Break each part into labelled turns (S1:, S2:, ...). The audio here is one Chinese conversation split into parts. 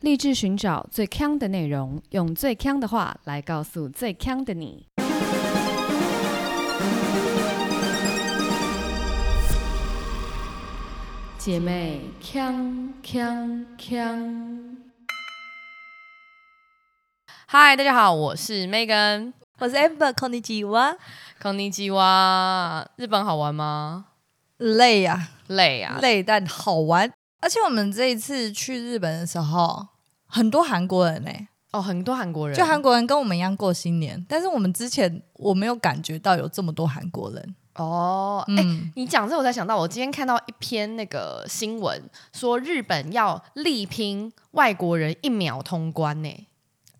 S1: 立志寻找最强的内容，用最强的话来告诉最强的你。姐妹，强强强！
S2: 嗨，大家好，我是 Megan。
S3: 我是 Amber，空你几哇？
S2: 康尼基哇，日本好玩吗？
S3: 累呀、
S2: 累啊，
S3: 累但好玩。而且我们这一次去日本的时候，很多韩国人呢、
S2: 哦，很多韩国人，
S3: 就韩国人跟我们一样过新年，但是我们之前我没有感觉到有这么多韩国人。
S2: 哦，哎、
S3: 嗯，
S2: 你讲这我才想到，我今天看到一篇那个新闻，说日本要力拼外国人一秒通关呢、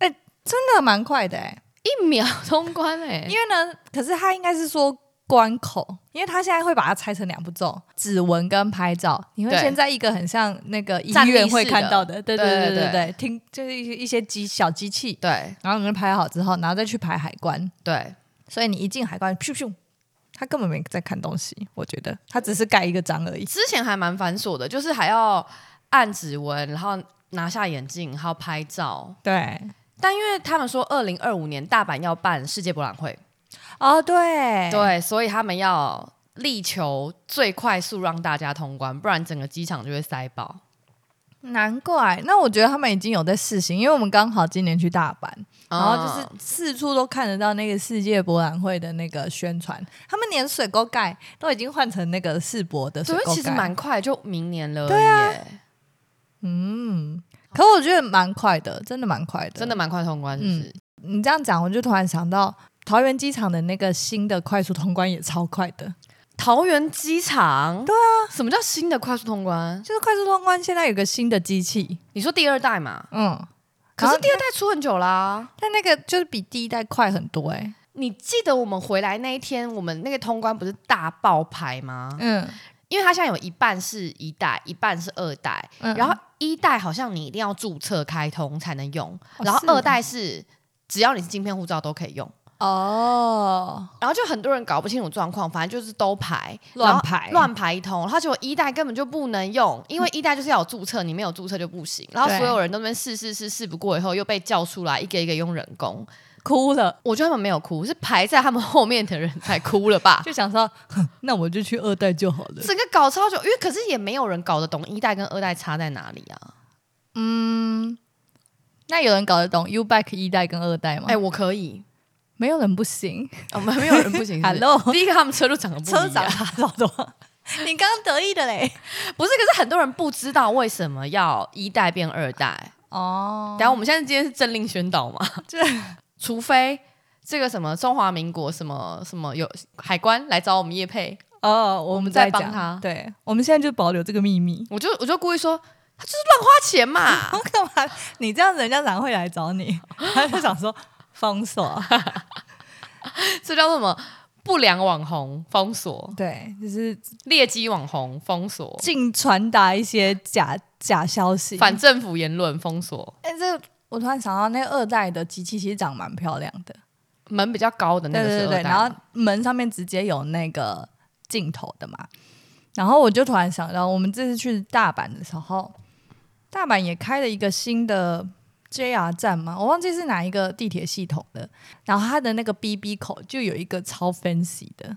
S3: 真的蛮快的哎、
S2: 一秒通关哎、
S3: 因为呢，可是他应该是说关口，因为他现在会把它拆成两步骤，指纹跟拍照。你会
S2: 对
S3: 先在一个很像那个医
S2: 站立
S3: 院
S2: 式
S3: 会
S2: 的
S3: 看到的，
S2: 对
S3: 对对
S2: 对
S3: 对对对，听就是一些一些机小机器，
S2: 对
S3: 然后你们拍好之后，然后再去排海关。
S2: 对，
S3: 所以你一进海关，咻咻，他根本没在看东西，我觉得他只是盖一个章而已。
S2: 之前还蛮繁琐的，就是还要按指纹，然后拿下眼镜，然后拍照。
S3: 对，
S2: 但因为他们说二零二五年大阪要办世界博览会，
S3: 哦，对，
S2: 对，所以他们要力求最快速让大家通关，不然整个机场就会塞爆。
S3: 难怪。那我觉得他们已经有在试行，因为我们刚好今年去大阪，然后就是
S2: 嗯
S3: 四处都看得到那个世界博览会的那个宣传，他们连水沟盖都已经换成那个世博的水
S2: 所以
S3: 沟盖，
S2: 其实蛮快，就明年了。对啊，
S3: 嗯。可我觉得蛮快的，真的蛮快的，
S2: 真的。蛮快通关，是不是？
S3: 你这样讲，我就突然想到桃园机场的那个新的快速通关也超快的，
S2: 桃园机场，对啊，什么叫新的快速通关？
S3: 就是快速通关现在有个新的机器，
S2: 你说第二代嘛？
S3: 嗯，
S2: 可
S3: 然
S2: 是
S3: 后
S2: 第二代出很久啦、
S3: 但那个就是比第一代快很多哎、
S2: 你记得我们回来那一天，我们那个通关不是大爆牌吗？
S3: 嗯
S2: 因为它现在有一半是一代，一半是二代，
S3: 嗯
S2: 然后一代好像你一定要注册开通才能用，
S3: 哦
S2: 然后
S3: 是哦
S2: 二代是只要你是晶片护照都可以用，
S3: 哦，
S2: 然后就很多人搞不清楚状况，反正就是都排
S3: 乱排
S2: 然后乱排一通，然后结果一代根本就不能用，因为一代就是要有注册，你没有注册就不行，然后
S3: 对
S2: 所有人都在那边试试试试不过以后又被叫出来一个一个用人工，
S3: 哭了，
S2: 我觉得他们没有哭，是排在他们后面的人才哭了吧
S3: 。就想说，哼那我就去二代就好了。
S2: 整个搞超久，因为可是也没有人搞得懂一代跟二代差在哪里啊！
S3: 嗯，那有人搞得懂 U Back 一代跟二代吗？
S2: 哎、我可以，
S3: 没有人不行。
S2: 我哦们没有人不行是不是
S3: Hello，
S2: 第一个他们车就长得不一样，
S3: 差老 多。你刚刚得意的嘞？
S2: 不是，可是很多人不知道为什么要一代变二代。
S3: 哦
S2: 等一，下我们现在今天是政令宣导嘛，
S3: 这
S2: 除非这个什么中华民国什么什么有海关来找我们叶配，
S3: 哦，我
S2: 们
S3: 们
S2: 再
S3: 再讲
S2: 帮他
S3: 对，我们现在就保留这个秘密。
S2: 我就我就故意说他就是乱花钱 嘛，
S3: 我 干嘛？你这样子，人家哪会来找 你？他就想说啊封锁。
S2: 这叫做什么？不良网红封锁，
S3: 对，就是
S2: 劣迹网红封锁，
S3: 净传达一些假假消息。
S2: 反政府言论封锁，
S3: 哎、这我突然想到，那二代的机器其实长蛮漂亮的，
S2: 门比较高的那
S3: 对
S2: 个
S3: 对
S2: 是
S3: 对
S2: 二
S3: 对，
S2: 代
S3: 然后门上面直接有那个镜头的嘛。然后我就突然想到，我们这次去大阪的时候，大阪也开了一个新的 JR 站嘛，我忘记是哪一个地铁系统的。然后它的那个 BB 口就有一个超 fancy 的，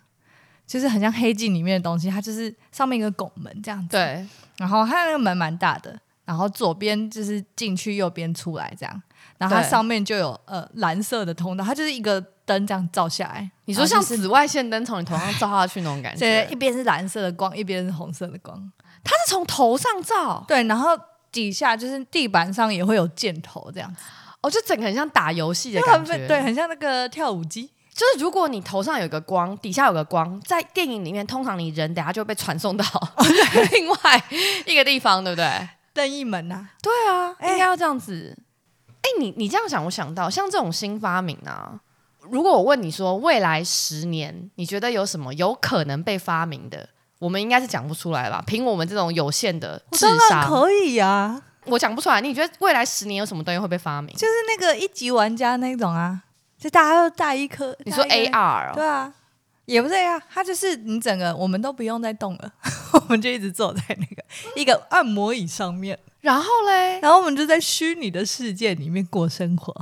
S3: 就是很像黑镜里面的东西，它就是上面一个拱门这样子。
S2: 对，
S3: 然后它那个门蛮大的，然后左边就是进去，右边出来这样。然后它
S2: 对
S3: 上面就有呃蓝色的通道，它就是一个灯这样照下来。
S2: 你说
S3: 然
S2: 像
S3: 后就是
S2: 紫外线灯从你头上照下去那种感觉
S3: 对，，一边是蓝色的光，一边是红色的光。
S2: 它是从头上照，
S3: 对，然后底下就是地板上也会有箭头这样子，
S2: 哦，就整个很像打游戏的
S3: 就
S2: 感
S3: 很
S2: 觉。
S3: 对，，很像那个跳舞机。
S2: 就是如果你头上有个光，底下有个光，在电影里面，通常你人等下就被传送 到 另外一个地方，对不对？
S3: 任意门呐、啊，
S2: 对啊，应该要这样子。哎、你你这样想，我想到像这种新发明啊，如果我问你说未来十年，你觉得有什么有可能被发明的？我们应该是讲不出来吧，凭我们这种有限的
S3: 我
S2: 智
S3: 当然
S2: 商，
S3: 可以呀、
S2: 我讲不出来。你觉得未来十年有什么东西会被发明？
S3: 就是那个一级玩家那种啊，就大家都带一颗。
S2: 你说
S3: 带一个
S2: AR 哦，
S3: 对啊，也不是呀、啊，它就是你 整个我们都不用再动了，我们就一直坐在那个一个按摩椅上面，
S2: 然后嘞，
S3: 然后我们就在虚拟的世界里面过生活。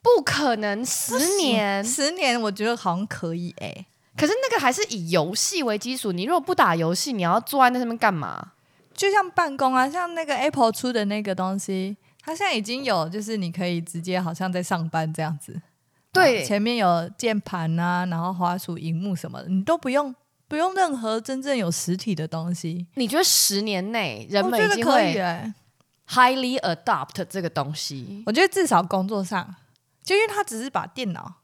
S2: 不可能十年，
S3: 十年，我觉得好像可以哎、
S2: 可是那个还是以游戏为基础。你如果不打游戏，你要坐在那上面干嘛？
S3: 就像办公啊，像那个 Apple 出的那个东西，它现在已经有，就是你可以直接好像在上班这样子。
S2: 对
S3: 前面有键盘啊，然后滑鼠、荧幕什么的，你都不用不用任何真正有实体的东西。
S2: 你觉得十年内人
S3: 我
S2: 们
S3: 觉
S2: 已
S3: 得
S2: 经
S3: 可以
S2: 会
S3: 哎、
S2: highly adopt 这个东西？
S3: 我觉得至少工作上，就因为他只是把电脑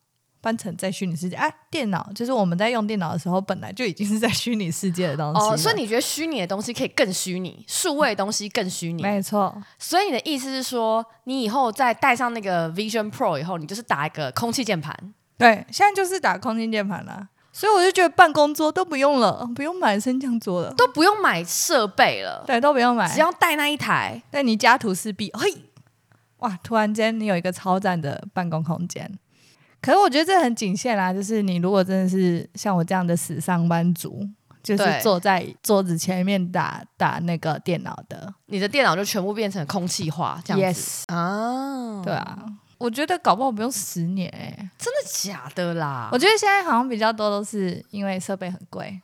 S3: 搬成在虚拟世界，哎、电脑就是我们在用电脑的时候，本来就已经是在虚拟世界的东西了。
S2: 哦，所以你觉得虚拟的东西可以更虚拟，数位的东西更虚拟。
S3: 没错，
S2: 所以你的意思是说，你以后再带上那个 Vision Pro 以后，你就是打一个空气键盘。
S3: 对，现在就是打空间键盘啦。所以我就觉得办公桌都不用了，不用买升降桌了，
S2: 都不用买设备了，
S3: 对，都不用买。
S2: 只要带那一台，
S3: 但你家徒四壁，嘿，哇！突然间你有一个超赞的办公空间，可是我觉得这很仅限啦。就是你如果真的是像我这样的死上班族，就是
S2: 对
S3: 坐在桌子前面打打那个电脑的
S2: 你的电脑就全部变成空气化这样子。
S3: ，yes，
S2: 啊，
S3: 对，啊。我觉得搞不好不用十年哎、
S2: 真的假的啦？
S3: 我觉得现在好像比较多都是因为设备很贵，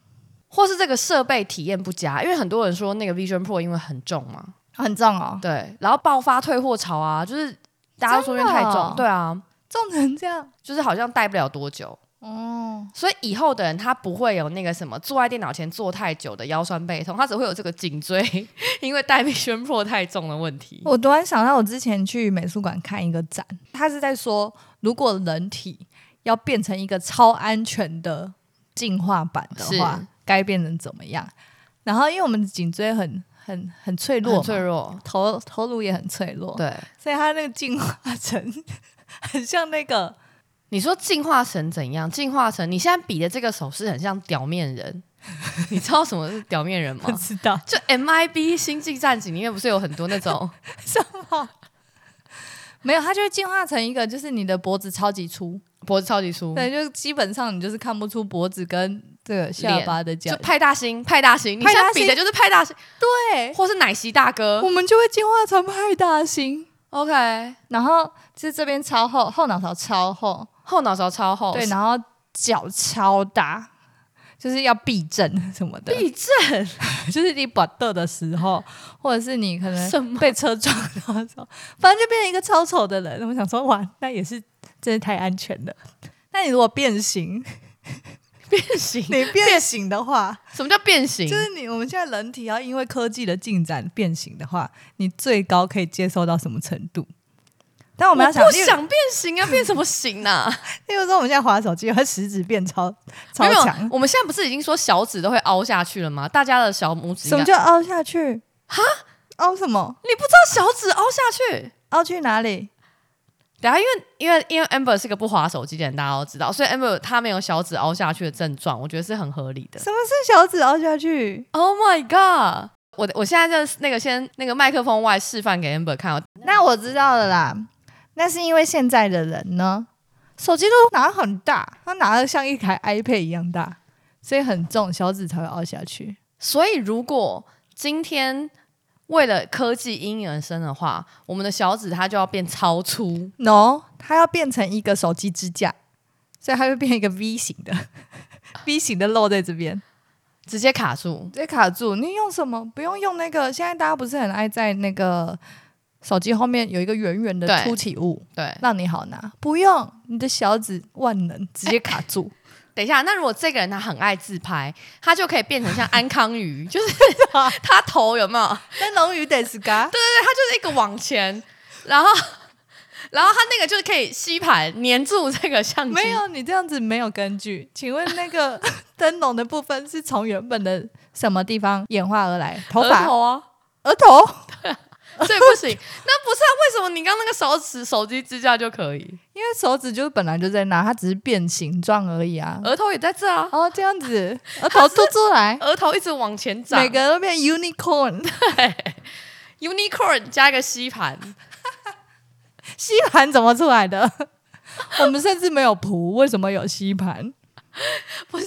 S2: 或是这个设备体验不佳，因为很多人说那个 Vision Pro 因为很重嘛，
S3: 很重哦，
S2: 对，然后爆发退货潮啊，就是大家都说因为太重，
S3: 真的哦
S2: 对啊，
S3: 重成这样
S2: 就是好像戴不了多久，
S3: 哦。
S2: 所以以后的人他不会有那个什么坐在电脑前坐太久的腰酸背痛，他只会有这个颈椎 因为戴 Vision Pro 太重的问题。
S3: 我突然想到，我之前去美术馆看一个展，他是在说，如果人体要变成一个超安全的进化版的话
S2: 是，
S3: 该变成怎么样？然后，因为我们的颈椎很很很脆弱嘛，
S2: 很脆弱，
S3: 头头颅也很脆弱，，
S2: 对。
S3: 所以它那个进化成 很像 那个
S2: 你说进化成怎样？进化成你现在比的这个手势很像表面人，你知道什么是表面人吗
S3: 不？知道
S2: 就 MIB《星际战警》里面不是有很多那 种
S3: 什么。 没有，它就会进化成一个，就是你的脖子超级粗，
S2: 脖子超级粗，
S3: 对，就基本上你就是看不出脖子跟这个下巴的角
S2: 就，派大星，派大星，你现在比的就是派大星，
S3: 对，
S2: 或是奶昔大哥
S3: 我。们就会进化成派大星。
S2: OK，
S3: 然后就是这边超厚，后脑勺超厚，
S2: 后脑勺超厚，
S3: 对，然后脚超大，就是要避震什么的，
S2: 避震
S3: 就是你把的的时候，或者是你可能
S2: 什么？
S3: 被车撞到的时候， 反正就变成一个超丑的人。我想说，哇，那也是真的太安全了。那你如果变 形，
S2: 变形？
S3: 你变形的话，
S2: 什么叫变形？
S3: 就是你我们现在人体要因为科技的进展变形的话，你最高可以接受到什么程度？但我
S2: 我
S3: 们要想，
S2: 不
S3: 例如
S2: 想变形啊， 变什么形啊？
S3: 例如说，我们现在滑手机，它食指变超超
S2: 没有
S3: 强，，
S2: 我们现在不是已经说小指都会凹下去了吗？大家的小拇指应
S3: 什
S2: 该
S3: 么叫凹下去？哈，凹什么？
S2: 你不知道小指凹下去？
S3: 凹去哪里？
S2: 等一下，因为因为因为 Amber 是个不滑手机的人，大家都知道，所以 Amber 她没有小指凹下去的症状，我觉得是很合理的。
S3: 什么是小指凹下去？
S2: Oh my god！我我现在在那个先那个麦克风外示范给 Amber 看哦，
S3: 那我知道了啦，那是因为现在的人呢，手机都拿很大，他拿的像一台 iPad 一样大，所以很重，小指才会凹下去。
S2: 所以如果今天为了科技因而生的话，我们的小指它就要变超粗，
S3: No，它要变成一个手机支架，所以它会变一个 V 型的 ，V 型的露在这边。
S2: 直接卡住。
S3: 直接卡住。你用什么？不用用那个。现在大家不是很爱在那个手机后面有一个圆圆的
S2: 对
S3: 凸起物，
S2: 对，
S3: 让你好拿。不用，你的小指万能，直接卡 住。
S2: 等一下，那如果这个人他很爱自拍，他就可以变成像安康鱼，就是 他头有没有？
S3: 那龙鱼得是 嘎，对，
S2: 他就是一个往前，然后然后他那个就是可以吸盘粘住这个相机，
S3: 没有你这样子没有根据。请问那 个灯笼的部分是从原本的什么地方演化而来？头
S2: 额
S3: 发、
S2: 头啊。
S3: 额头？
S2: 所以不行。那不是啊？为什么你刚那个手指手机支架就可以？
S3: 因为手指就是本来就在那，它只是变形状而已啊。
S2: 额头也在这啊，
S3: 哦，这样子，额头凸出来，
S2: 额头一直往前长。
S3: 每个人都变 unicorn。
S2: unicorn 加一个吸盘，
S3: 吸 盘怎么出来的？我们甚至没有谱，为什么有吸盘？
S2: 不是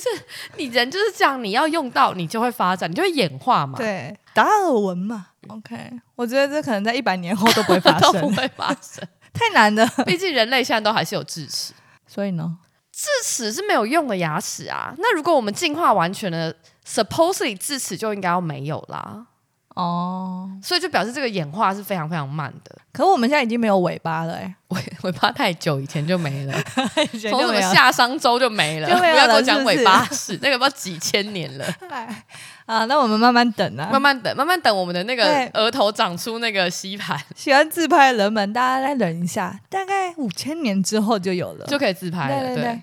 S2: 你人就是这样，你要用到你就会发展，你就会演化嘛，
S3: 对，达尔文嘛，OK，我觉得这可能在一百年后都不会发
S2: 都不
S3: 生，
S2: 会发生。
S3: 太难了。
S2: 毕竟人类现在都还是有智齿，
S3: 所以呢，
S2: 智齿是没有用的牙齿啊。那如果我们进化完全了，supposedly 智齿就应该要没有啦，
S3: 哦，
S2: 所以就表示这个演化是非常非常慢的。
S3: 可我们现在已经没有尾巴了、 欸，
S2: 尾尾巴太久以前就没了，
S3: 哎，
S2: 从什么夏商周就没了，
S3: 就
S2: 不
S3: 没有
S2: 要跟我
S3: 了
S2: 讲
S3: 是不是
S2: 尾巴史， 那个不知道几千年 了。
S3: 来啊？那我们慢慢等啊。
S2: 慢慢等，慢慢等，我们的那个
S3: 对
S2: 额头长出那个吸盘，
S3: 喜欢自拍的人们，大家再忍一下，大概五千年之后就有了。
S2: 就可以自拍了。
S3: 对对对，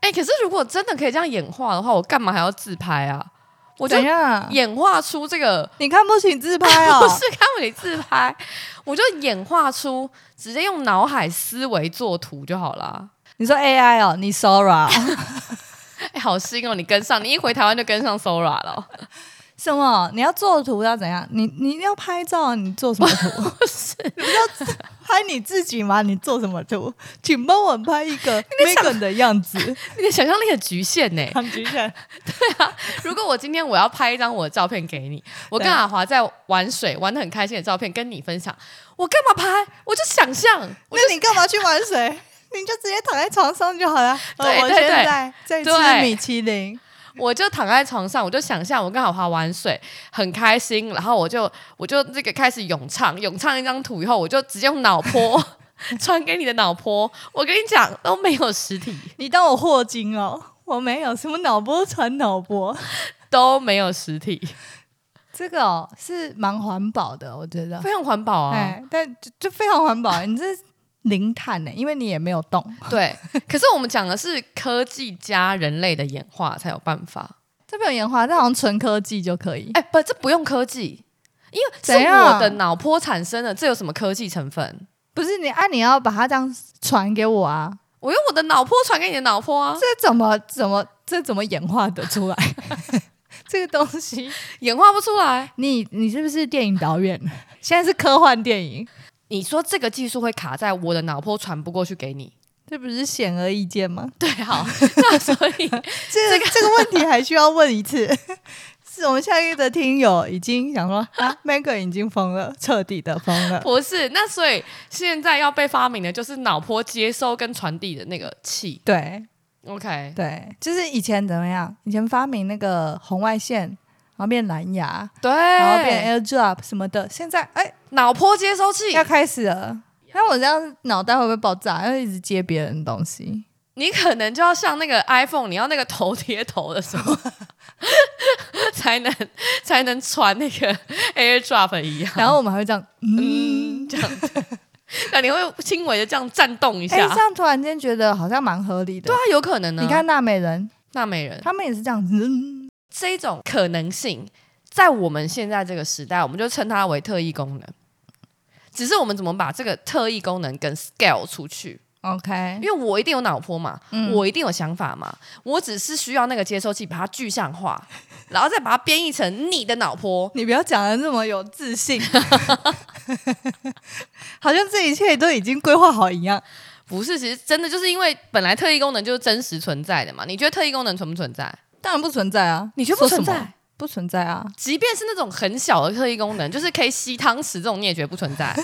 S2: 哎、可是如果真的可以这样演化的话，我干嘛还要自拍啊？我
S3: 我
S2: 就
S3: 怎样？
S2: 演化出这个，
S3: 你看 不起自拍哦
S2: 不？是看你自拍， 我就演化出直接用脑海思维作图就好啦。
S3: 你说 AI 哦？你 Sora
S2: 哎、好新哦，你跟上，你一回台湾就跟上 Sora 了哦。
S3: 什么？你要做图要怎样？你你要拍照，你做什么图？ 不是，你不要自拍你自己吗？你做什么图？请帮我拍一 个 Megan 的样 子，
S2: 你的想象力很局限呢。
S3: 很局限。
S2: 如果我今天我要拍一张我的照片给你，我跟
S3: 对
S2: 阿华在玩水玩的很开心的照片跟你分享，我干嘛拍？我就想象，我就
S3: 那你干嘛去玩水？你就直接躺在床上就好 了。
S2: 对
S3: 呃我
S2: 对
S3: 现在在
S2: 对
S3: 吃米其林，
S2: 我就躺在床上，我就想象我跟好华玩水很开心，然后我就 我就这个开始咏唱，咏唱一张图以后，我就直接用脑波 传给你的脑波。我跟你讲，都没有实体，
S3: 你当我霍金哦？我没有什么脑波传脑波，
S2: 都没有实体，
S3: 这个哦是蛮环保的，我觉得。
S2: 非常环保啊。
S3: 哎，但就就非常环保，你这是零碳呢，因为你也没有动。
S2: 对，可是我们讲的是科技加人类的演化才有办法。
S3: 这边有研化，这好像纯科技就可以。
S2: 哎、不，这不用科技，因为是
S3: 怎样
S2: 我的脑波产生的，这有什么科技成分？
S3: 不是你啊，你要把它这样传给我啊，
S2: 我用我的脑波传给你的脑波啊，
S3: 这怎么怎么这怎么演化得出 来？这个东西，
S2: 演化不出来。
S3: 你你是不是电影导演？现在是科幻电影，
S2: 你说这个技术会卡在我的脑波传不过去给你？
S3: 这不是显而易见吗？
S2: 对，好， 那所以
S3: 这个这个问题还需要问一次。是我们下一个的听友已经想说啊 m e g a 已经疯了，彻底的疯 了。
S2: 不是，那所以现在要被发明的就是脑波接收跟传递的那个器。
S3: 对
S2: OK，
S3: 对，就是以前怎么样？以前发明那个红外线，然后变蓝牙，
S2: 对，
S3: 然后变 AirDrop 什么的，现在哎
S2: 脑波接收器。
S3: 要开始了。那我这样脑袋会不会爆炸？要一直接别人的东西，
S2: 你可能就要像那个 iPhone，你要那个头贴头的时候，才能才能传那个 AirDrop 一样。
S3: 然后我们还会这样，嗯，
S2: 嗯，这样子，那你会轻微的这样颤动一
S3: 哎、
S2: 下。
S3: 这样突然间觉得好像蛮合理的。
S2: 对啊，有可能呢。
S3: 你看娜美人，
S2: 纳美人，
S3: 他们也是这样，嗯，
S2: 这种可能性，在我们现在这个时代，我们就称它为特异功能。只是我们怎么把这个特异功能跟 scale 出去？
S3: OK，
S2: 因为我一定有脑波嘛，
S3: 嗯
S2: 我一定有想法嘛，我只是需要那个接收器把它具象化，然后再把它编译成你的脑波。
S3: 你不要讲的那么有自信， 好像这一切都已经规划好一样。
S2: 不是，其实真的就是因为本来特异功能就是真实存在的嘛。你觉得特异功能存不存在？
S3: 当然不存在啊，
S2: 你觉得不
S3: 说
S2: 存
S3: 什么
S2: 在？？
S3: 不存在啊，
S2: 即便是那种很小的特异功能，就是可以吸汤匙这种，你也觉得不存在。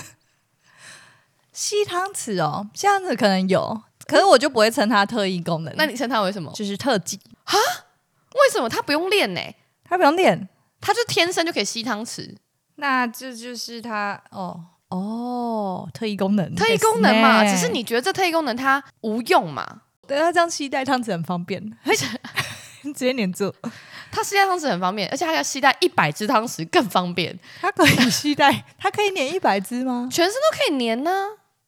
S3: 吸汤匙哦，这样子可能有，可是我就不会称它特异功能，
S2: 那你称它为什么？
S3: 就是特技，
S2: 为什么它不用练呢、
S3: 它不用练，
S2: 他就天生就可以吸汤匙，
S3: 那这就是它哦哦，特异功能，
S2: 特异功能嘛。
S3: Yes
S2: 只是你觉得这特异功能它无用嘛？
S3: 对它这样吸带汤匙很方便， 而且直接粘住，
S2: 它吸带汤匙很方便，而且它要吸带一百只汤匙更方便，
S3: 它可以吸 带，它可以粘一百只吗？
S2: 全身都可以粘啊呢、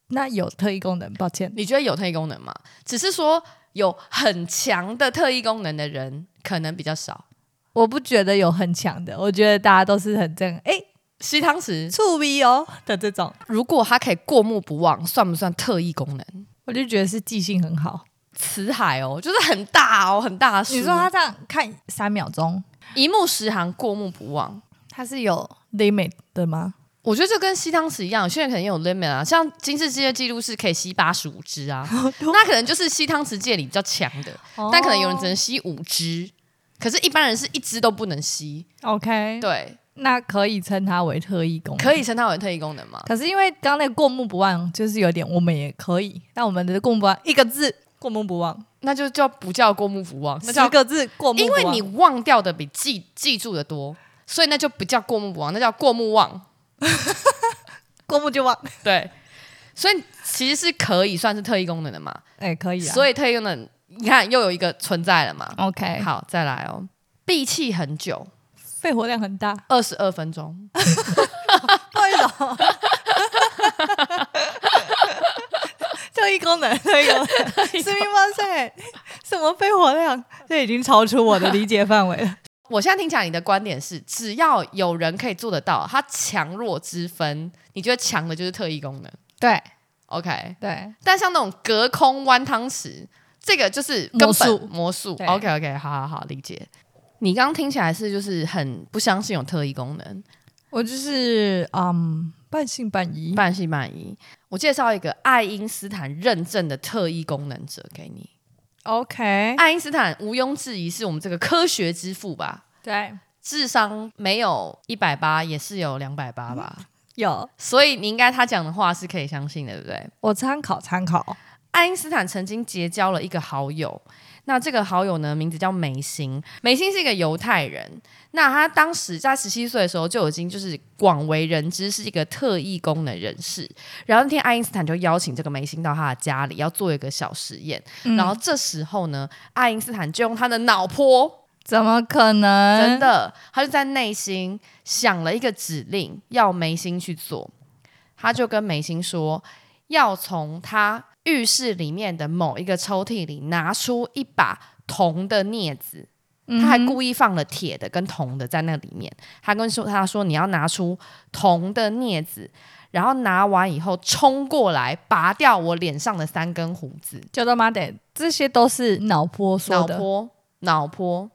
S3: 那有特异功能，抱歉，
S2: 你觉得有特异功能吗？只是说有很强的特异功能的人可能比较少。
S3: 我不觉得有很强的，我觉得大家都是很正，哎、
S2: 吸汤匙，
S3: 触鼻哦的这种，
S2: 如果它可以过目不忘，算不算特异功能？
S3: 我就觉得是记性很好。
S2: 辞海哦，就是很大哦，很大的书。
S3: 你说他这样看三秒钟，
S2: 一目十行，过目不忘，
S3: 它是有 limit 的吗？
S2: 我觉得这跟吸汤匙一样，有些人可能也有 limit 啊，像金氏世界纪录是可以吸八十五支 啊，那可能就是吸汤匙界里比较强的，但可能有人只能吸五支，可是一般人是一支都不能吸。
S3: OK，
S2: 对，
S3: 那可以称它为特异功能。
S2: 可以称它为特异功能吗？
S3: 可是因为刚刚那个过目不忘，就是有点我们也可以，那我们的过目不忘一个字过目不忘，
S2: 那就叫不叫过目不忘，那
S3: 十
S2: 叫
S3: 个字过目不
S2: 因
S3: 忘。
S2: 为你忘掉的比记记住的多，所以那就不叫过目不忘，那叫过目 忘。
S3: 过目就忘，
S2: 对，所以其实是可以算是特异功能的嘛。
S3: 哎、可以啊。以
S2: 所以特异功能，你看又有一个存在了嘛。
S3: OK，好，
S2: 好，再来哦。闭气很久，
S3: 肺活量很大，
S2: 二十二分钟，
S3: 为什么？ 特异功能，特异 功能，是命哇塞，什么肺活量？这已经超出我的理解范围了。
S2: 我现在听起来你的观点是，只要有人可以做得到，他强弱之分，你觉得强的就是特异功能
S3: 对
S2: ，OK？
S3: 对，
S2: 但像那种隔空弯汤匙，这个就是根
S3: 魔
S2: 本
S3: 术
S2: 魔术
S3: 对
S2: OK OK，好好好，理解。你刚刚听起来是就是很不相信有特异功能，
S3: 我就是嗯，半信半疑。
S2: 半信半疑。我介绍一个爱因斯坦认证的特异功能者给你。
S3: OK，
S2: 爱因斯坦毋庸置疑是我们这个科学之父吧，
S3: 对，
S2: 智商没有一百八也是有两百八吧。
S3: 嗯有
S2: 所以你应该他讲的话是可以相信的，对不对？
S3: 我参考参考。
S2: 爱因斯坦曾经结交了一个好友，那这个好友呢，名字叫梅辛。梅辛是一个犹太人，那他当时在十七岁的时候就已经就是广为人知，是一个特异功能人士。然后那天爱因斯坦就邀请这个梅辛到他的家里，要做一个小实验。
S3: 嗯
S2: 然后这时候呢，爱因斯坦就用他的脑波
S3: 怎么可能？
S2: 真的，他就在内心想了一个指令，要梅心去做。他就跟梅心说，要从他浴室里面的某一个抽屉里拿出一把铜的镊子，
S3: 嗯哼，
S2: 他还故意放了铁的跟铜的在那里面。他跟说，他说你要拿出铜的镊子，然后拿完以后冲过来拔掉我脸上的三根胡子。
S3: 就他妈得，这些都是脑波说
S2: 脑
S3: 的，
S2: 波，脑 波，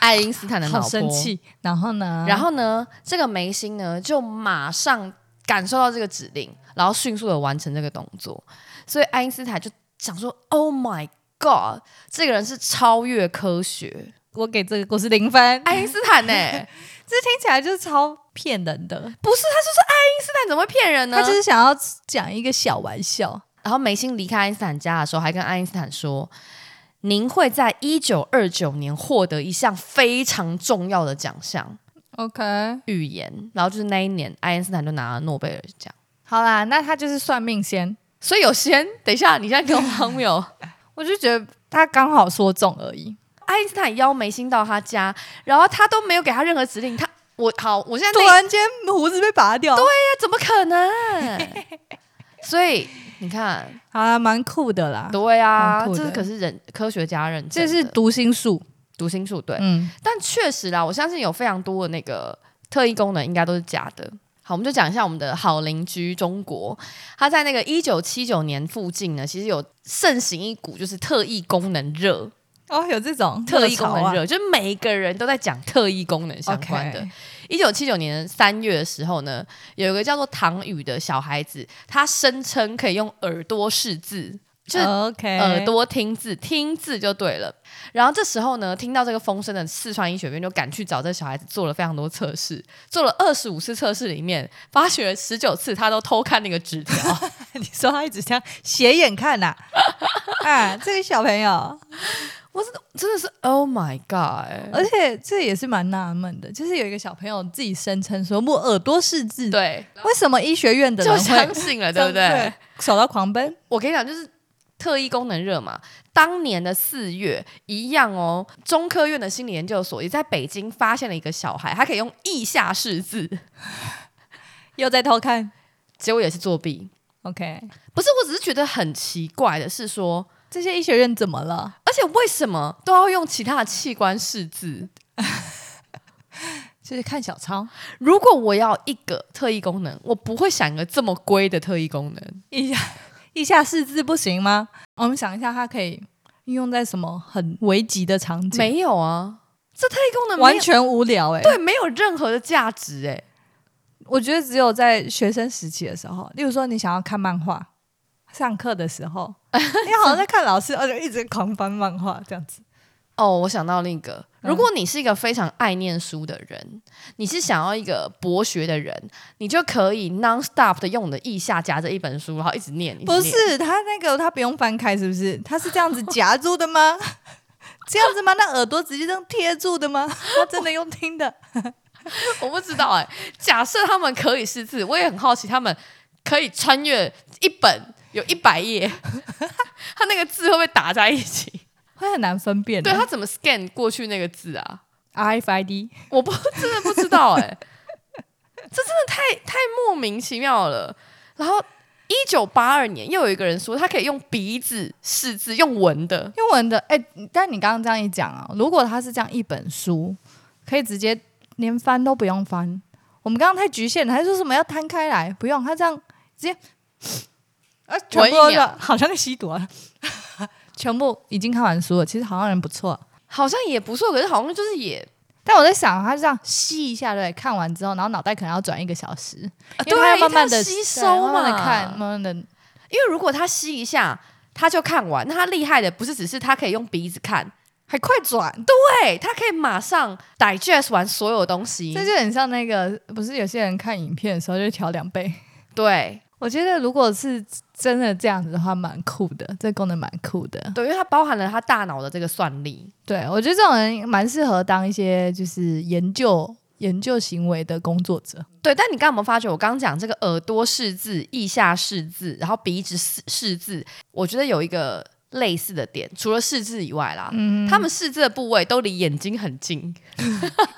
S2: 爱因斯坦的脑
S3: 好
S2: 波，
S3: 生气。然后呢？
S2: 然后呢，这个梅心呢就马上感受到这个指令，然后迅速的完成这个动作。所以爱因斯坦就想说：“Oh my God，这个人是超越科 学。
S3: 我给这个故事零分”，
S2: 爱因斯坦呢、
S3: 这听起来就是超骗人的。
S2: 不是他就是爱因斯坦，怎么会骗人呢？
S3: 他就是想要讲一个小玩笑，
S2: 然后梅心离开爱因斯坦家的时候，还跟爱因斯坦说：“您会在一九二九年获得一项非常重要的奖项
S3: OK，
S2: ——预言。”然后就是那一年，爱因斯坦就拿了诺贝尔奖。
S3: 好啦，那他就是算命先，
S2: 所以有些人，等一下，你现在给我荒谬。
S3: 我就觉得他刚好说中而已。
S2: 爱因斯坦邀梅心到他家，然后他都没有给他任何指令。他我好，我现在
S3: 突
S2: 内心
S3: 然间胡子被拔掉，对，
S2: 那怎么可能？所以你看，
S3: 好啦，蛮酷的啦，
S2: 对啊，
S3: 蛮酷的
S2: 这可是人科学家认证
S3: 这
S2: 的，
S3: 是读心术，
S2: 读心术对。
S3: 嗯，
S2: 但确实啦，我相信有非常多的那个特异功能应该都是假的。好，我们就讲一下我们的好邻居中国，他在那个一九七九年附近呢，其实有盛行一股就是特异功能热，
S3: 哦，有这种
S2: 特异功
S3: 热潮
S2: 能
S3: 啊
S2: 热，就是每一个人都在讲特异功能相关的
S3: OK。
S2: 一九七九年三月的时候呢，有一个叫做唐宇的小孩子，他声称可以用耳朵识字，就是
S3: 哦 OK
S2: 耳朵听字，听字就对了。然后这时候呢，听到这个风声的四川医学院就赶去找这小孩子做了非常多测试，做了二十五次测试，里面发觉十九次他都偷看那个纸 条，
S3: 你说他一直这样斜眼 看呐、啊，这个小朋友，
S2: 真的是 Oh my God！
S3: 而且这也是蛮纳闷的，就是有一个小朋友自己声称说我耳朵识字，，
S2: 对，
S3: 为什么医学院的
S2: 就
S3: 人会
S2: 相信了，对不对？？
S3: 手到狂奔，
S2: 我跟你讲，就是特异功能热嘛。当年的四月一样哦，中科院的心理研究所也在北京发现了一个小孩，他可以用腋下识字，
S3: 又在偷看。
S2: 结果也是作弊。
S3: OK，
S2: 不是，我只是觉得很奇怪的是说，
S3: 这些医学院怎么了？
S2: 而且为什么都要用其他的器官识字？
S3: 就是看小抄，
S2: 如果我要一个特异功能，我不会想一个这么龟的特异功能。
S3: 一下一下识字不行吗？我们想一下，它可以应用在什么很危急的场景？
S2: 没有啊，这特异功能没有
S3: 完全无聊哎、
S2: 对，没有任何的价值哎、
S3: 我觉得只有在学生时期的时候，例如说你想要看漫画，上课的时 候，你好像在看老师，而且一直狂翻漫画这样子。
S2: 哦，我想到另一个，
S3: 嗯
S2: 如果你是一个非常爱念书的人，你是想要一个博学的人，你就可以 non stop 的用你的腋下夹着一本书，然后一直念。一直
S3: 不
S2: 念，
S3: 是他那个他不用翻开，是不是？他是这样子夹住的吗？ 这样子吗？那耳朵直接这样贴住的吗？ 他真的用 听的？
S2: 我不知道哎、 假设他们可以识字，我也很好奇他们可以穿越一本有一百 页，他那个字会不会打在一起？
S3: 会很难分辨、啊
S2: 对他怎么 scan 过去那个字啊？
S3: RFID，
S2: 我不 真的不知道哎、 这真的太太莫名其妙了。然后一九八二年又有一个人说他可以用鼻子识字，用闻的。
S3: 英文的哎、但你刚刚这样一讲啊，如果他是这样一本书，可以直接连翻都不用翻。我们刚刚太局限了，还说什么要摊开来，不用，他这样直接， 啊，全部都
S2: 闻一秒
S3: 好像在吸毒啊，全部已经看完书了，其实好像人不错。
S2: 好像也不错，可是好像就是也、
S3: 但我在想，他这样吸一下，对，看完之后，然后脑袋可能要转一个小时，
S2: 啊
S3: 因为
S2: 啊
S3: 他
S2: 一
S3: 要啊慢慢
S2: 定要
S3: 的
S2: 吸收嘛，
S3: 慢慢的看，慢慢的
S2: 因为如果他吸一下，他就看完。那他厉害的不是只是他可以用鼻子看，
S3: 还快转，
S2: 对他可以马上 digest 完所有东西。
S3: 这就很像那个，不是有些人看影片的时候就调两倍。
S2: 对
S3: 我觉得如果是真的这样子的话，蛮酷的，这功能蛮酷的。
S2: 对，因为它包含了他大脑的这个算力。
S3: 对我觉得这种人蛮适合当一些就是研究研究行为的工作者。
S2: 对，但你刚刚有没有发觉，我刚刚讲这个耳朵识字、腋下识字，然后鼻子识识字，我觉得有一个类似的点，除了识字以外啦，
S3: 嗯，
S2: 他们识字的部位都离眼睛很近。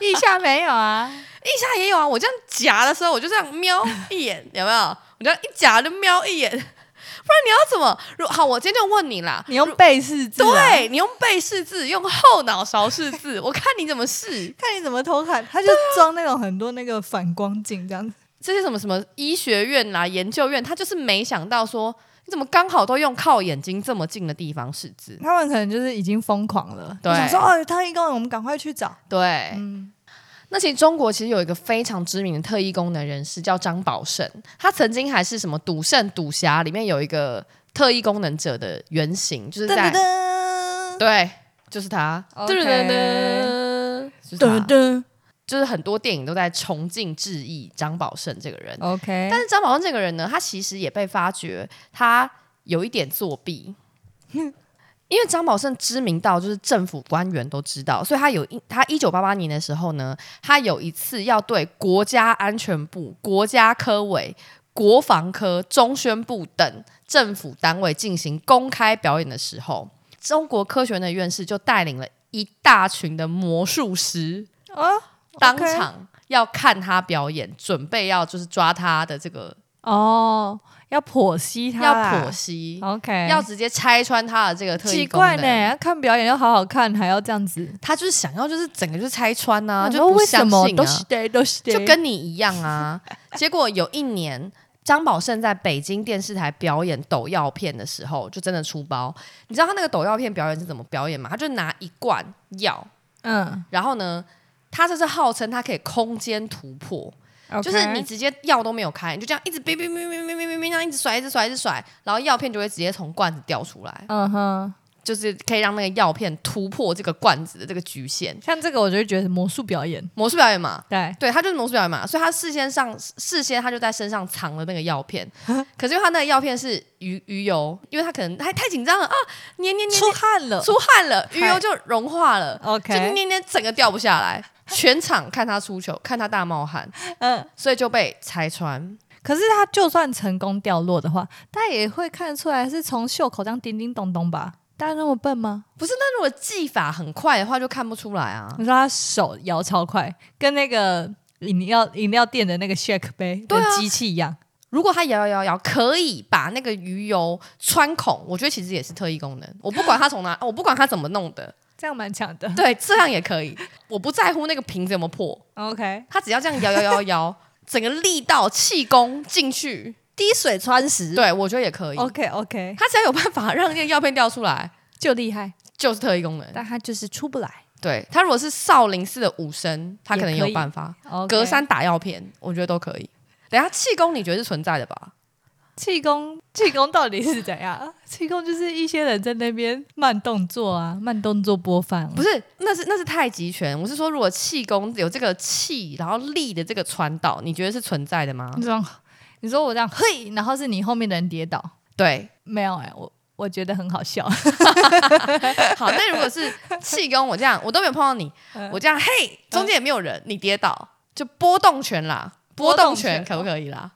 S3: 腋下没有啊？
S2: 腋下也有啊，我这样夹的时候，我就这样瞄一眼，有没有？我这样一夹就瞄一眼，不然你要怎么？如好，我今天就问你啦，
S3: 你用背试字、啊？，
S2: 对你用背识字，用后脑勺识字，我看你怎么试。
S3: 看你怎么偷看，他就装那种很多那个反光镜这样子。
S2: 这些什么什么医学院啦、研究院，他就是没想到说，你怎么刚好都用靠眼睛这么近的地方识字？
S3: 他们可能就是已经疯狂了，
S2: 对
S3: 就想说哦，特异功能，我们赶快去找。
S2: 对，
S3: 嗯，
S2: 那其实中国其实有一个非常知名的特异功能人士叫张宝胜，他曾经还是什么赌圣、赌侠里面有一个特异功能者的原型，就是
S3: 噔噔
S2: 在
S3: 噔
S2: 对，就是他，
S3: OK
S2: 噔噔噔，就是
S3: 噔
S2: 他，
S3: 噔
S2: 就是很多电影都在崇敬致意张宝胜这个人。
S3: ，OK，
S2: 但是张宝胜这个人呢，他其实也被发觉他有一点作弊，因为张宝胜知名到就是政府官员都知道，所以他有一他一九八八年的时候呢，他有一次要对国家安全部、国家科委、国防科、中宣部等政府单位进行公开表演的时候，中国科学院的院士就带领了一大群的魔术师
S3: 哦，
S2: 当场要看他表演，准备要就是抓他的这个
S3: 哦，要剖析他
S2: 要
S3: 啦，
S2: 剖析，
S3: ，OK，
S2: 要直接拆穿他的这个特异
S3: 奇
S2: 功能
S3: 怪呢，啊看表演要好好看，还要这样子，
S2: 他就是想要就是整个就是拆穿呐、
S3: 我
S2: 就
S3: 说
S2: 不
S3: 为什
S2: 相
S3: 么
S2: 信
S3: 都
S2: 啊，
S3: 是对，都是
S2: 就
S3: 对
S2: 跟你一样啊。结果有一年。张宝胜在北京电视台表演抖药片的时候，就真的出包。你知道他那个抖药片表演是怎么表演吗？他就拿一罐药，
S3: 嗯
S2: 然后呢，他这是号称他可以空间突破，
S3: ，OK，
S2: 就是你直接药都没有开，你就这样一直哔哔哔哔哔哔哔哔这样一直甩，一直甩，一直甩，然后药片就会直接从罐子掉出来。
S3: 嗯哼，
S2: 就是可以让那个药片突破这个罐子的这个局限。
S3: 像这个我就会觉得是魔术表演，
S2: 魔术表演嘛，
S3: 对，
S2: 对，他就是魔术表演嘛，所以他事先上事先他就在身上藏了那个药 片，可是因为他那个药片是鱼鱼油，因为他可能太太紧张了啊，捏捏捏
S3: 出汗了
S2: 出汗了，
S3: 嗨
S2: 鱼油就融化了，就捏
S3: OK，
S2: 捏捏整个掉不下来，全场看他出糗，看他大冒汗，
S3: 嗯。
S2: 所以就被拆穿。
S3: 可是他就算成功掉落的话，大家也会看得出来是从袖口这样叮叮咚咚吧？大家那么笨吗？
S2: 不是，那如果技法很快的话，就看不出来啊。
S3: 你说他手摇超快，跟那个饮料饮料店的那个 shake 杯
S2: 对
S3: 的
S2: 啊
S3: 机器一样。
S2: 如果它摇摇摇摇可以把那个鱼油穿孔，我觉得其实也是特异功能。我不管它从哪， 我不管它怎么弄的，
S3: 这样蛮强的。
S2: 对，这样也可以。我不在乎那个瓶子有没有破，
S3: OK，
S2: 它只要这样摇摇摇摇，整个力道气功进去，
S3: 滴水穿石
S2: 对我觉得也可以。
S3: OK OK，
S2: 它只要有办法让那个药片掉出来，
S3: 就厉害，
S2: 就是特异功 能。
S3: 但他就是出不来。
S2: 对，它如果是少林寺的武僧，他可能
S3: 也可以
S2: 有办法。
S3: OK
S2: 隔山打药片，我觉得都可以。等一下气功你觉得是存在的吧？
S3: 气功，气功到底是怎样？ 气功就是一些人在那边慢动作啊，慢动作播放啊、
S2: 不是，那是那是太极拳。我是说，如果气功有这个气，然后力的这个传导，你觉得是存在的吗？
S3: 你这样，你说我这样嘿，然后是你后面的人跌倒，
S2: 对，
S3: 没有哎、我我觉得很好笑。
S2: 好。那如果是气功，我这样我都没有碰到 你，我这样嘿，中间也没有人，你跌倒就波动拳啦，嗯波
S3: 波
S2: 动
S3: 动
S2: 拳
S3: 拳
S2: 可不可以啦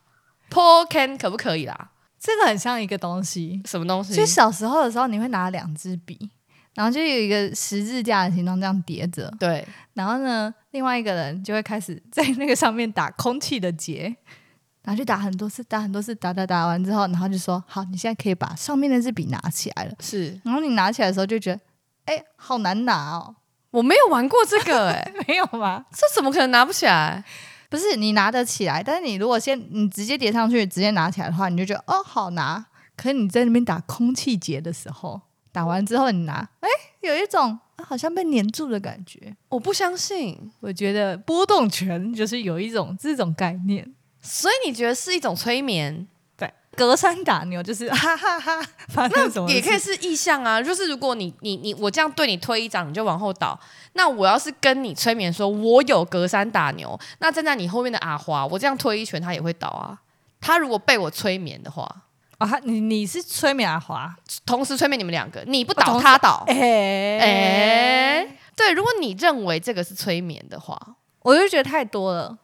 S2: p o c a n 可不可以啦？
S3: 这个很像一个东西，
S2: 什么东西？
S3: 就小时候的时候，你会拿两支笔，然后就有一个十字架的形状这样叠着，
S2: 对，
S3: 然后呢，另外一个人就会开始在那个上面打空气的结， 然后就打很多次，打很多次，打打打完之后，然后就说：“好，你现在可以把上面那支笔拿起来了。
S2: 是”
S3: 然后你拿起来的时候就觉得，哎，好难拿哦，
S2: 我没有玩过这个、 欸，哎，
S3: 没有吗？
S2: 这怎么可能拿不起来？
S3: 不是你拿得起来，但是你如果先你直接叠上去，直接拿起来的话，你就觉得哦好拿。可是你在那边打空气结的时候，打完之后你拿，哎，有一种啊好像被粘住的感觉。
S2: 我不相信。
S3: 我觉得波动拳就是有一种这种概念。
S2: 所以你觉得是一种催眠？
S3: 隔山打牛就是 哈哈哈，发生什么
S2: 也可以
S3: 事
S2: 是意向啊，就是如果你你你我这样对你推一掌，你就往后倒。那我要是跟你催眠说，我有隔山打牛，那站在你后面的阿花，我这样推一拳，他也会倒啊。他如果被我催眠的话，
S3: 啊？你你是催眠阿华？
S2: 同时催眠你们两个，你不
S3: 我同
S2: 倒
S3: 时
S2: 他倒，
S3: 哎、
S2: 哎、对，如果你认为这个是催眠的话，
S3: 我就觉得太多了，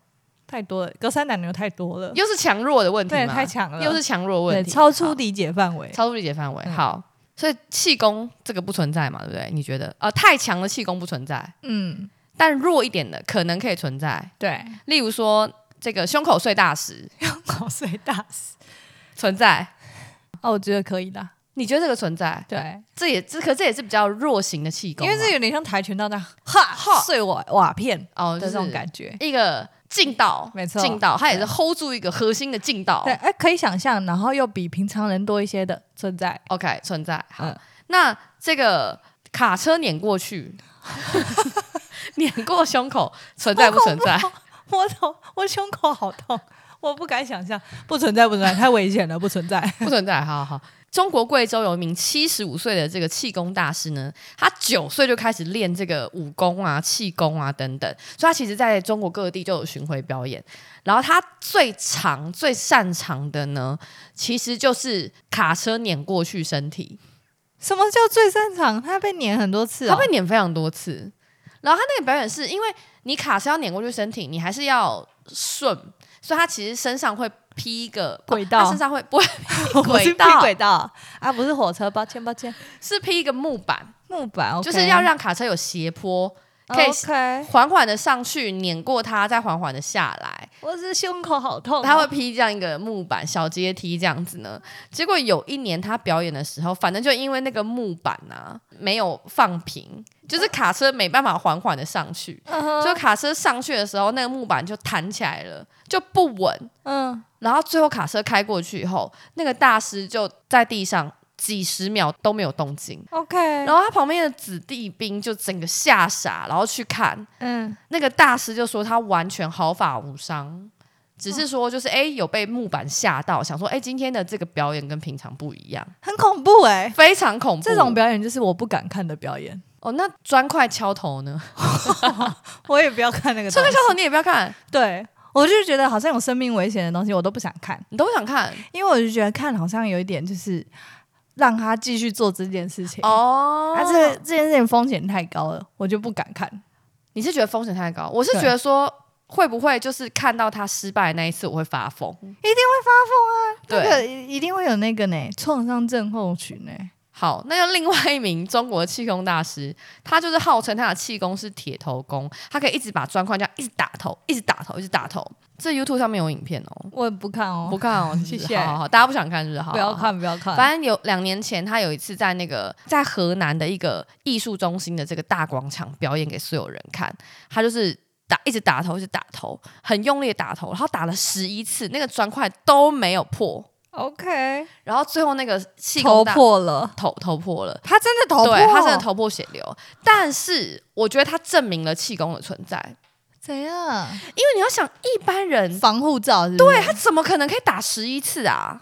S3: 太多了，隔山打牛太多了，
S2: 又是强弱的问题
S3: 对，
S2: 嘛
S3: 太强了，
S2: 又是强弱的问
S3: 对
S2: 题，
S3: 超出
S2: 好
S3: 理解范围。
S2: 超出理解范围。
S3: 嗯
S2: 好，所以气功这个不存在嘛，对不对？你觉得？呃，太强的气功不存在，
S3: 嗯，
S2: 但弱一点的可能可以存在。
S3: 对，
S2: 例如说，这个胸口碎大石
S3: 口水大师。
S2: 存在，
S3: 哦，我觉得可以的，
S2: 你觉得这个存在？
S3: 对，
S2: 这也这可这也是比较弱型的气功
S3: 因
S2: 嘛，
S3: 为这有点像跆拳道那样哈
S2: 哈
S3: 碎瓦瓦片的
S2: 哦，
S3: 这种感
S2: 觉，
S3: 觉。
S2: 一个劲道，
S3: 没错
S2: 劲道，它也是 hold 住一个核心的劲道
S3: 对，。哎、可以想象，然后又比平常人多一些的存在。
S2: OK，存在。好，
S3: 嗯
S2: 那这个卡车碾过去， 碾过胸口，存在不存在？
S3: 我头，我胸口好痛，我不敢想象，不存在，不存在，太危险了，不存在。
S2: 不存在，好好好。中国贵州有一名七十五岁的这个气功大师呢，他九岁就开始练这个武功啊、气功啊等等，所以他其实在中国各地就有巡回表演。然后他最长、最擅长的呢，其实就是卡车碾过去身体，
S3: 什么叫最擅长？他被碾很多次、哦，
S2: 他被碾非常多次。然后他那个表演是因为你卡车要碾过去身体，你还是要顺，所以他其实身上会披一个
S3: 轨
S2: 他
S3: 道
S2: 身，上会不会
S3: 我
S2: 轨
S3: 是
S2: 道
S3: 劈轨道啊，不是火车，抱歉抱歉，
S2: 是披一个木板，
S3: 木板
S2: 就是要让卡车有斜坡，可以
S3: OK，
S2: 缓缓的上去，碾过它，再缓缓的下来。
S3: 我只是胸口好痛哦、
S2: 他会披这样一个木板小阶梯这样子呢。结果有一年他表演的时候，反正就因为那个木板啊没有放平，就是卡车没办法缓缓的上去，
S3: 嗯哼
S2: 就卡车上去的时候，那个木板就弹起来了，就不稳。
S3: 嗯，
S2: 然后最后卡车开过去以后，那个大师就在地上几十秒都没有动静。
S3: OK，
S2: 然后他旁边的子弟兵就整个吓傻，然后去看
S3: 嗯，
S2: 那个大师，就说他完全毫发无伤，只
S3: 嗯
S2: 是说就是哎、诶有被木板吓到，想说哎、诶今天的这个表演跟平常不一样，
S3: 很恐怖哎、
S2: 非常恐怖。
S3: 这种表演就是我不敢看的表演，
S2: 哦，那砖块敲头呢？
S3: 我也不要看那个东
S2: 砖块
S3: 西
S2: 敲。头你也不要看，
S3: 对，我就觉得好像有生命危险的东西，我都不想看，
S2: 你都不想 看
S3: 因为我就觉得看好像有一点就是让他继续做这件事情。
S2: 哦。
S3: 他啊这这件事情风险太高了，我就不敢看。
S2: 你是觉得风险太高，我是
S3: 对
S2: 觉得说会不会就是看到他失败那一次我会发疯？
S3: 啊
S2: 对
S3: 那个一一定会有那个呢，创伤症候群呢。
S2: 好，那就另外一名中国气功大师，他就是号称他的气功是铁头功，他可以一直把砖块这样一直打头，一直打头，一直打头。这 YouTube 上面有影片哦，
S3: 我也不看哦，
S2: 不看 哦，是不是
S3: 谢谢
S2: 好好好，大家不想看是不是？好，
S3: 不要
S2: 好。好
S3: 看，不要看。
S2: 反正有两年前，他有一次在那个在河南的一个艺术中心的这个大广场表演给所有人看，他就是打一直打头，一直打头，很用力的打头，然后打了十一次，那个砖块都没有破，
S3: OK，
S2: 然后最后那个气
S3: 头
S2: 功大
S3: 破了，
S2: 头头破了。
S3: 他真
S2: 哦
S3: 的头破，
S2: 对他真的头破血流。但是我觉得他证明了气功的存在，
S3: 怎样？
S2: 因为你要想一般人，
S3: 防护罩是不是
S2: 对他怎么可能可以打十一次啊？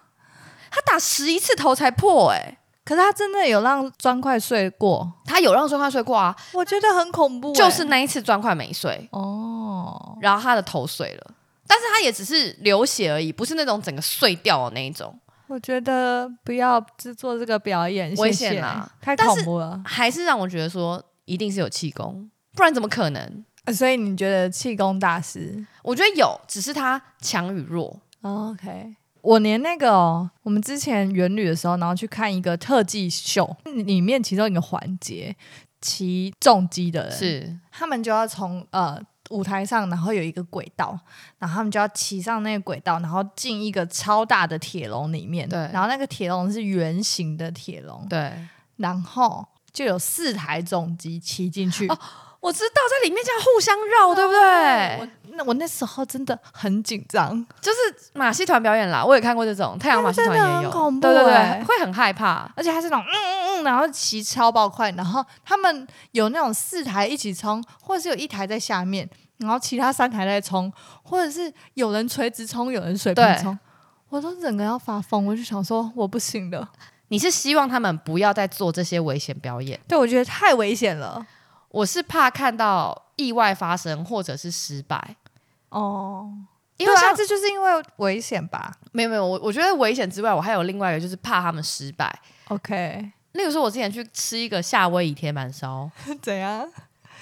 S2: 他打十一次头才破哎、
S3: 可是他真的有让砖块碎过，
S2: 他有让砖块碎过啊，
S3: 我觉得很恐怖欸、
S2: 就是那一次砖块没碎，
S3: 哦，
S2: 然后他的头碎了，但是他也只是流血而已，不是那种整个碎掉的那一种，
S3: 我觉得不要制作这个表演，
S2: 危
S3: 谢谢
S2: 险啦
S3: 太
S2: 但
S3: 恐
S2: 是
S3: 怖了、
S2: 还是让我觉得说一定是有气功，不然怎么可能？
S3: 呃所以你觉得气功大师
S2: 我觉得有，只是他强与弱。
S3: 哦？OK，我连那个、哦、我们之前元旅的时候，然后去看一个特技秀，里面其中一个环节，骑重机的人
S2: 是
S3: 他们就要从呃舞台上，然后有一个轨道，然后他们就要骑上那个轨道，然后进一个超大的铁笼里面。
S2: 对
S3: 然后那个铁笼是圆形的铁笼，
S2: 对，
S3: 然后就有四台重机骑进去。
S2: 哦我知道在里面这样互相绕，对不对？
S3: 我那我那时候真的很紧张，
S2: 就是马戏团表演啦，我也看过这种太阳马戏团也有，
S3: 哎真的很恐怖
S2: 对对
S3: 欸
S2: 对，会很害怕。
S3: 而且他是那种嗯嗯嗯，然后骑超爆快，然后他们有那种四台一起冲，或者是有一台在下面，然后其他三台在冲，或者是有人垂直冲，有人水平
S2: 对
S3: 冲，我都整个要发疯，我就想说我不行了，
S2: 你是希望他们不要再做这些危险表演？
S3: 对我觉得太危险了。
S2: 我是怕看到意外发生或者是失败，
S3: 哦，
S2: 因为
S3: 对啊
S2: 像
S3: 这就是因为危险吧
S2: 没有没有，我我觉得危险之外，我还有另外一个就是怕他们失败。
S3: ？OK，
S2: 例如说，我之前去吃一个夏威夷铁板烧，
S3: 怎样？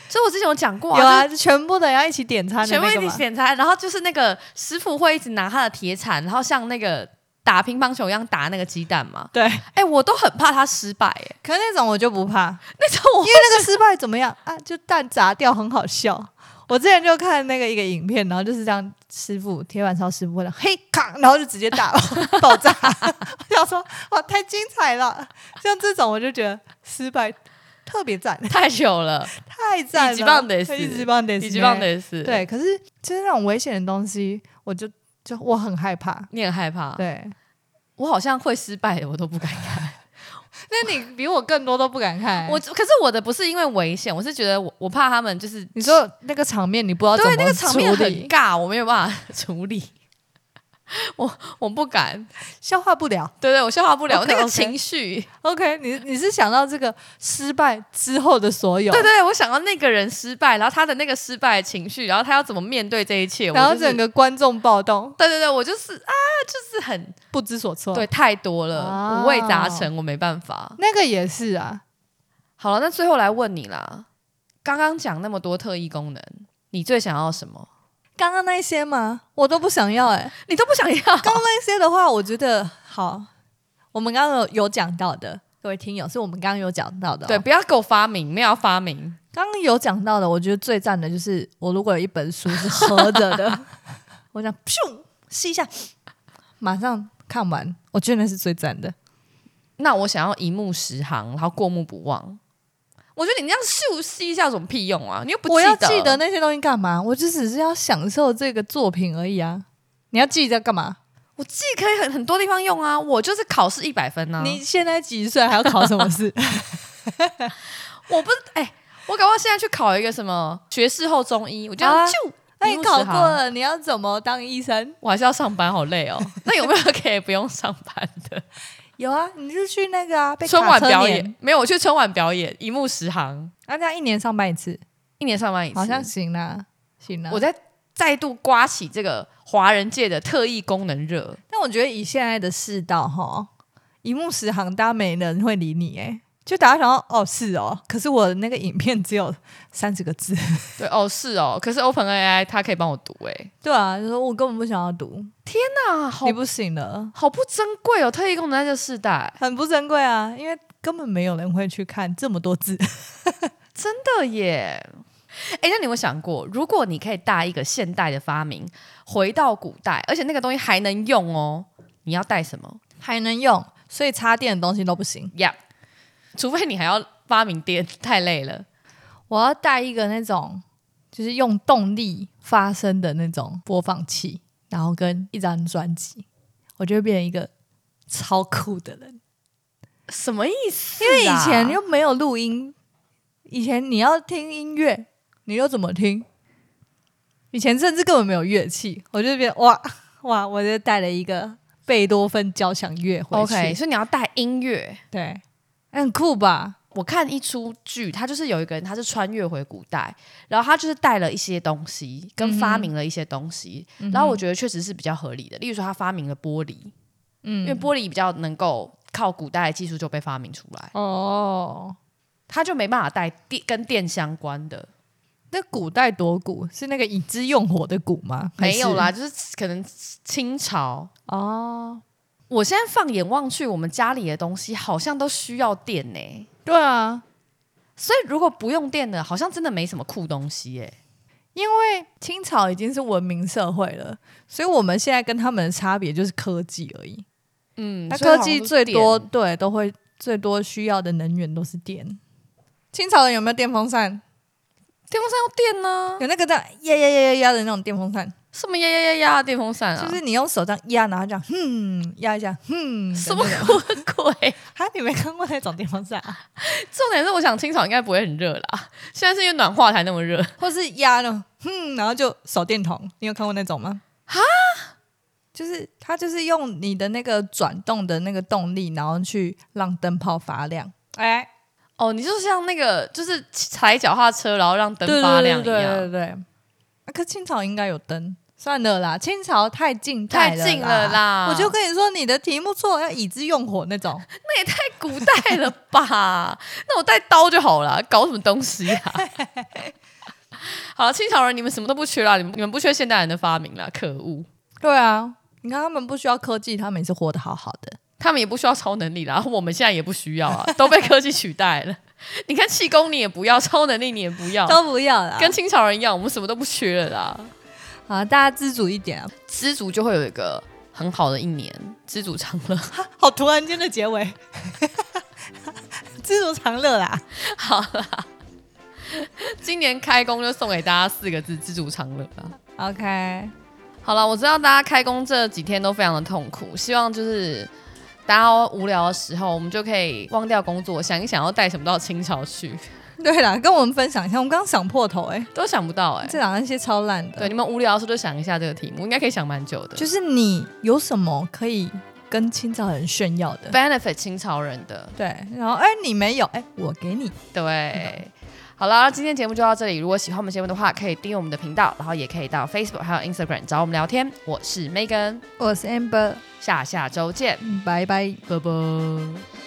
S2: 这我之前有讲过
S3: 有
S2: 啊，
S3: 啊，全部的要一起点餐
S2: 就是全
S3: 的
S2: 部
S3: 那
S2: 一
S3: 个
S2: 起
S3: 嘛。
S2: 点餐，然后就是那个师傅会一直拿他的铁铲，然后像那个打乒乓球一样打那个鸡蛋嘛。
S3: 对，
S2: 哎、我都很怕他失败、哎，
S3: 可是那种我就不怕，
S2: 那时候我
S3: 因为那个失败怎么样啊？就蛋砸掉，很好笑。我之前就看那个一个影片，然后就是这样，师傅铁板烧师傅会嘿咔，然后就直接打 爆炸。我想说，哇，太精彩了！像这种我就觉得失败特别赞，
S2: 太糗了，
S3: 太赞了，
S2: 一级棒的是
S3: 一级棒的，
S2: 你知道的是，，
S3: 对。可是就是那种危险的东西，我就就我很害怕。
S2: 你很害怕，
S3: 对，
S2: 我好像会失败的，我都不敢看。
S3: 那你比我更多都不敢看
S2: 我可是我的不是因为危险，我是觉得我我怕他们就是
S3: 你说那个场面，你不知道怎么
S2: 对那个场面
S3: 处
S2: 很
S3: 理
S2: 尬，我没有办法处理， 我我不敢，
S3: 消化不了。
S2: 对对，我消化不了
S3: OK，
S2: 那个
S3: OK
S2: 情绪。
S3: OK，你你是想到这个失败之后的所有，
S2: 对对，我想到那个人失败，然后他的那个失败的情绪，然后他要怎么面对这一切，
S3: 然后
S2: 我就是
S3: 整。个观众暴动，
S2: 对对对，我就是啊，就是很
S3: 不知所措。
S2: 对，，太多了，
S3: 哦
S2: 五味杂陈，我没办法。
S3: 那个也是啊。
S2: 好了，那最后来问你啦，刚刚讲那么多特异功能，你最想要什么？
S3: 刚刚那些嘛，我都不想要哎、
S2: 你都不想要，
S3: 刚刚那些的话，我觉得好，我们刚刚有有讲到的，各位听友是我们刚刚有讲到 的哦、
S2: 对，不要给我发明，没有要发明，
S3: 刚刚有讲到的，我觉得最赞的就是我如果有一本书 是合着的，我想咻吸一下，马上看完，我觉得那是最赞的。
S2: 那我想要一目十行，然后过目不忘。我觉得你这样咻吸一下有什么屁用啊？你又不
S3: 我要
S2: 记
S3: 记得那些东西干嘛？我就只是要享受这个作品而已啊！你要记得干嘛？
S2: 我记可以很很多地方用啊。我就是考试一百分啊。
S3: 你现在几岁还要考什 么试？
S2: 我不是哎、我搞不好现在去考一个什么学士后中医，我就
S3: 啊
S2: 就、
S3: 那你考
S2: 一目十
S3: 过
S2: 行，
S3: 了，你要怎么当医生？
S2: 我还是要上班，好 累哦。那有没有可以不用上班的？
S3: 有啊，你就去那个啊，被
S2: 春
S3: 卡
S2: 晚
S3: 车
S2: 表
S3: 碾，
S2: 演没有？我去春晚表演，一目十行，
S3: 那、这样一年上班一次，
S2: 一年上班一次。
S3: 好像行啦，行啦。
S2: 我在再度刮起这个华人界的特异功能热。
S3: 但我觉得以现在的世道哈，一目十行，大家没人会理你哎、就大家想到哦是哦，可是我那个影片只有三十个 字，
S2: 对哦，是哦，可是 Open AI 它可以帮我读哎、
S3: 对啊，就说我根本不想要读，
S2: 那啊好
S3: 你不行了。
S2: 好不珍贵哦，特异功能在这世代
S3: 很不珍贵啊，因为根本没有人会去看这么多字。
S2: 真的耶。哎，那你有没有想过，如果你可以带一个现代的发明回到古代，而且那个东西还能用哦，你要带什么
S3: 还能用，所以插电的东西都不行。
S2: 呀除非你还要发明电，太累了。
S3: 我要带一个那种就是用动力发声的那种播放器，然后跟一张专辑，我就会变成一个超酷的人。
S2: 什么意思啊、
S3: 因为以前又没有录音，以前你要听音乐，你又怎么听？以前甚至根本没有乐器，我就觉得哇哇，我就带了一个贝多芬交响乐回去
S2: OK，所以你要带音乐。
S3: 对，哎很酷吧？
S2: 我看一出剧，他就是有一个人，他是穿越回古代，然后他就是带了一些东西，跟发明了一些东西，
S3: 嗯
S2: 然后我觉得确实是比较合理的。例如说，他发明了玻璃，因为
S3: 嗯，
S2: 玻璃比较能够靠古代的技术就被发明出来，
S3: 哦，
S2: 他就没办法带电跟电相关的，
S3: 那古代多古是那个以之用火的古吗？还
S2: 没
S3: 是
S2: 有啦，就是可能清朝。
S3: 哦，
S2: 我现在放眼望去，我们家里的东西好像都需要电呢、
S3: 对啊，
S2: 所以如果不用电的，好像真的没什么酷东西哎、
S3: 因为清朝已经是文明社会了，所以我们现在跟他们的差别就是科技而已。
S2: 嗯
S3: 那科技最多对都会最多需要的能源都是电。清朝人有没有电风扇？
S2: 电风扇要电呢、
S3: 有那个这样呀呀呀呀呀的那种电风扇，
S2: 什么呀呀呀呀的电风扇啊，
S3: 就是你用手这样压，然后这样哼压一下，哼的
S2: 什么
S3: 那种
S2: 鬼？
S3: 哈，你没看过那种电风扇啊？
S2: 重点是我想清朝应该不会很热啦，现在是因为暖化才那么热。
S3: 或是压了哼，然后就手电筒，你有看过那种吗？哈，就是它就是用你的那个转动的那个动力，然后去让灯泡发亮。哎、
S2: 哦，你就像那个就是踩脚踏车，然后让灯
S3: 对
S2: 发亮一
S3: 对对对
S2: 样，
S3: 对对。啊可清朝应该有灯，算了啦，清朝太近
S2: 太近了
S3: 啦。
S2: 啦！
S3: 我就跟你说，你的题目错，要以之用火那 种。
S2: 那也太古代了吧？ 那我带刀就好了，搞什么东西啊？ 好了，清朝人你们什么都不缺啦，你们你们不缺现代人的发明啦，可恶！
S3: 对啊，你看他们不需要科技，他们也是活得好好的。
S2: 他们也不需要超能力啦， 我们现在也不需要啊， 都被科技取代了。 你看气功你也不要，超能力你也不要，
S3: 都不要啦，
S2: 哦跟清朝人一样，我们什么都不缺了啦。
S3: 啊，大家知足一点啊！
S2: 知足就会有一个很好的一年，知足常乐。
S3: 好，突然间的结尾， 知足常乐啦。
S2: 好啦， 今年开工就送给大家四个字：知足常乐啦。
S3: OK，
S2: 好了，我知道大家开工这几天都非常的痛苦，希望就是大家无聊的时候，我们就可以忘掉工作，想一想要带什么到清朝去，
S3: 对啦，跟我们分享一下，我们刚刚想破头哎、
S2: 都想不到哎、
S3: 这两那些超烂的。
S2: 对，你们无聊的时候就想一下这个题目，应该可以想蛮久的。
S3: 就是你有什么可以跟清朝人炫耀的？
S2: benefit 清朝人的
S3: 对，然后哎、你没有，哎、我给你。嗯
S2: 对。好了，今天节目就到这里。如果喜欢我们节目的话，可以订阅我们的频道，然后也可以到 Facebook 还有 Instagram 找我们聊天。我是 Megan，
S3: 我是 Amber，
S2: 下下周见，
S3: 嗯拜拜。
S2: 拜拜。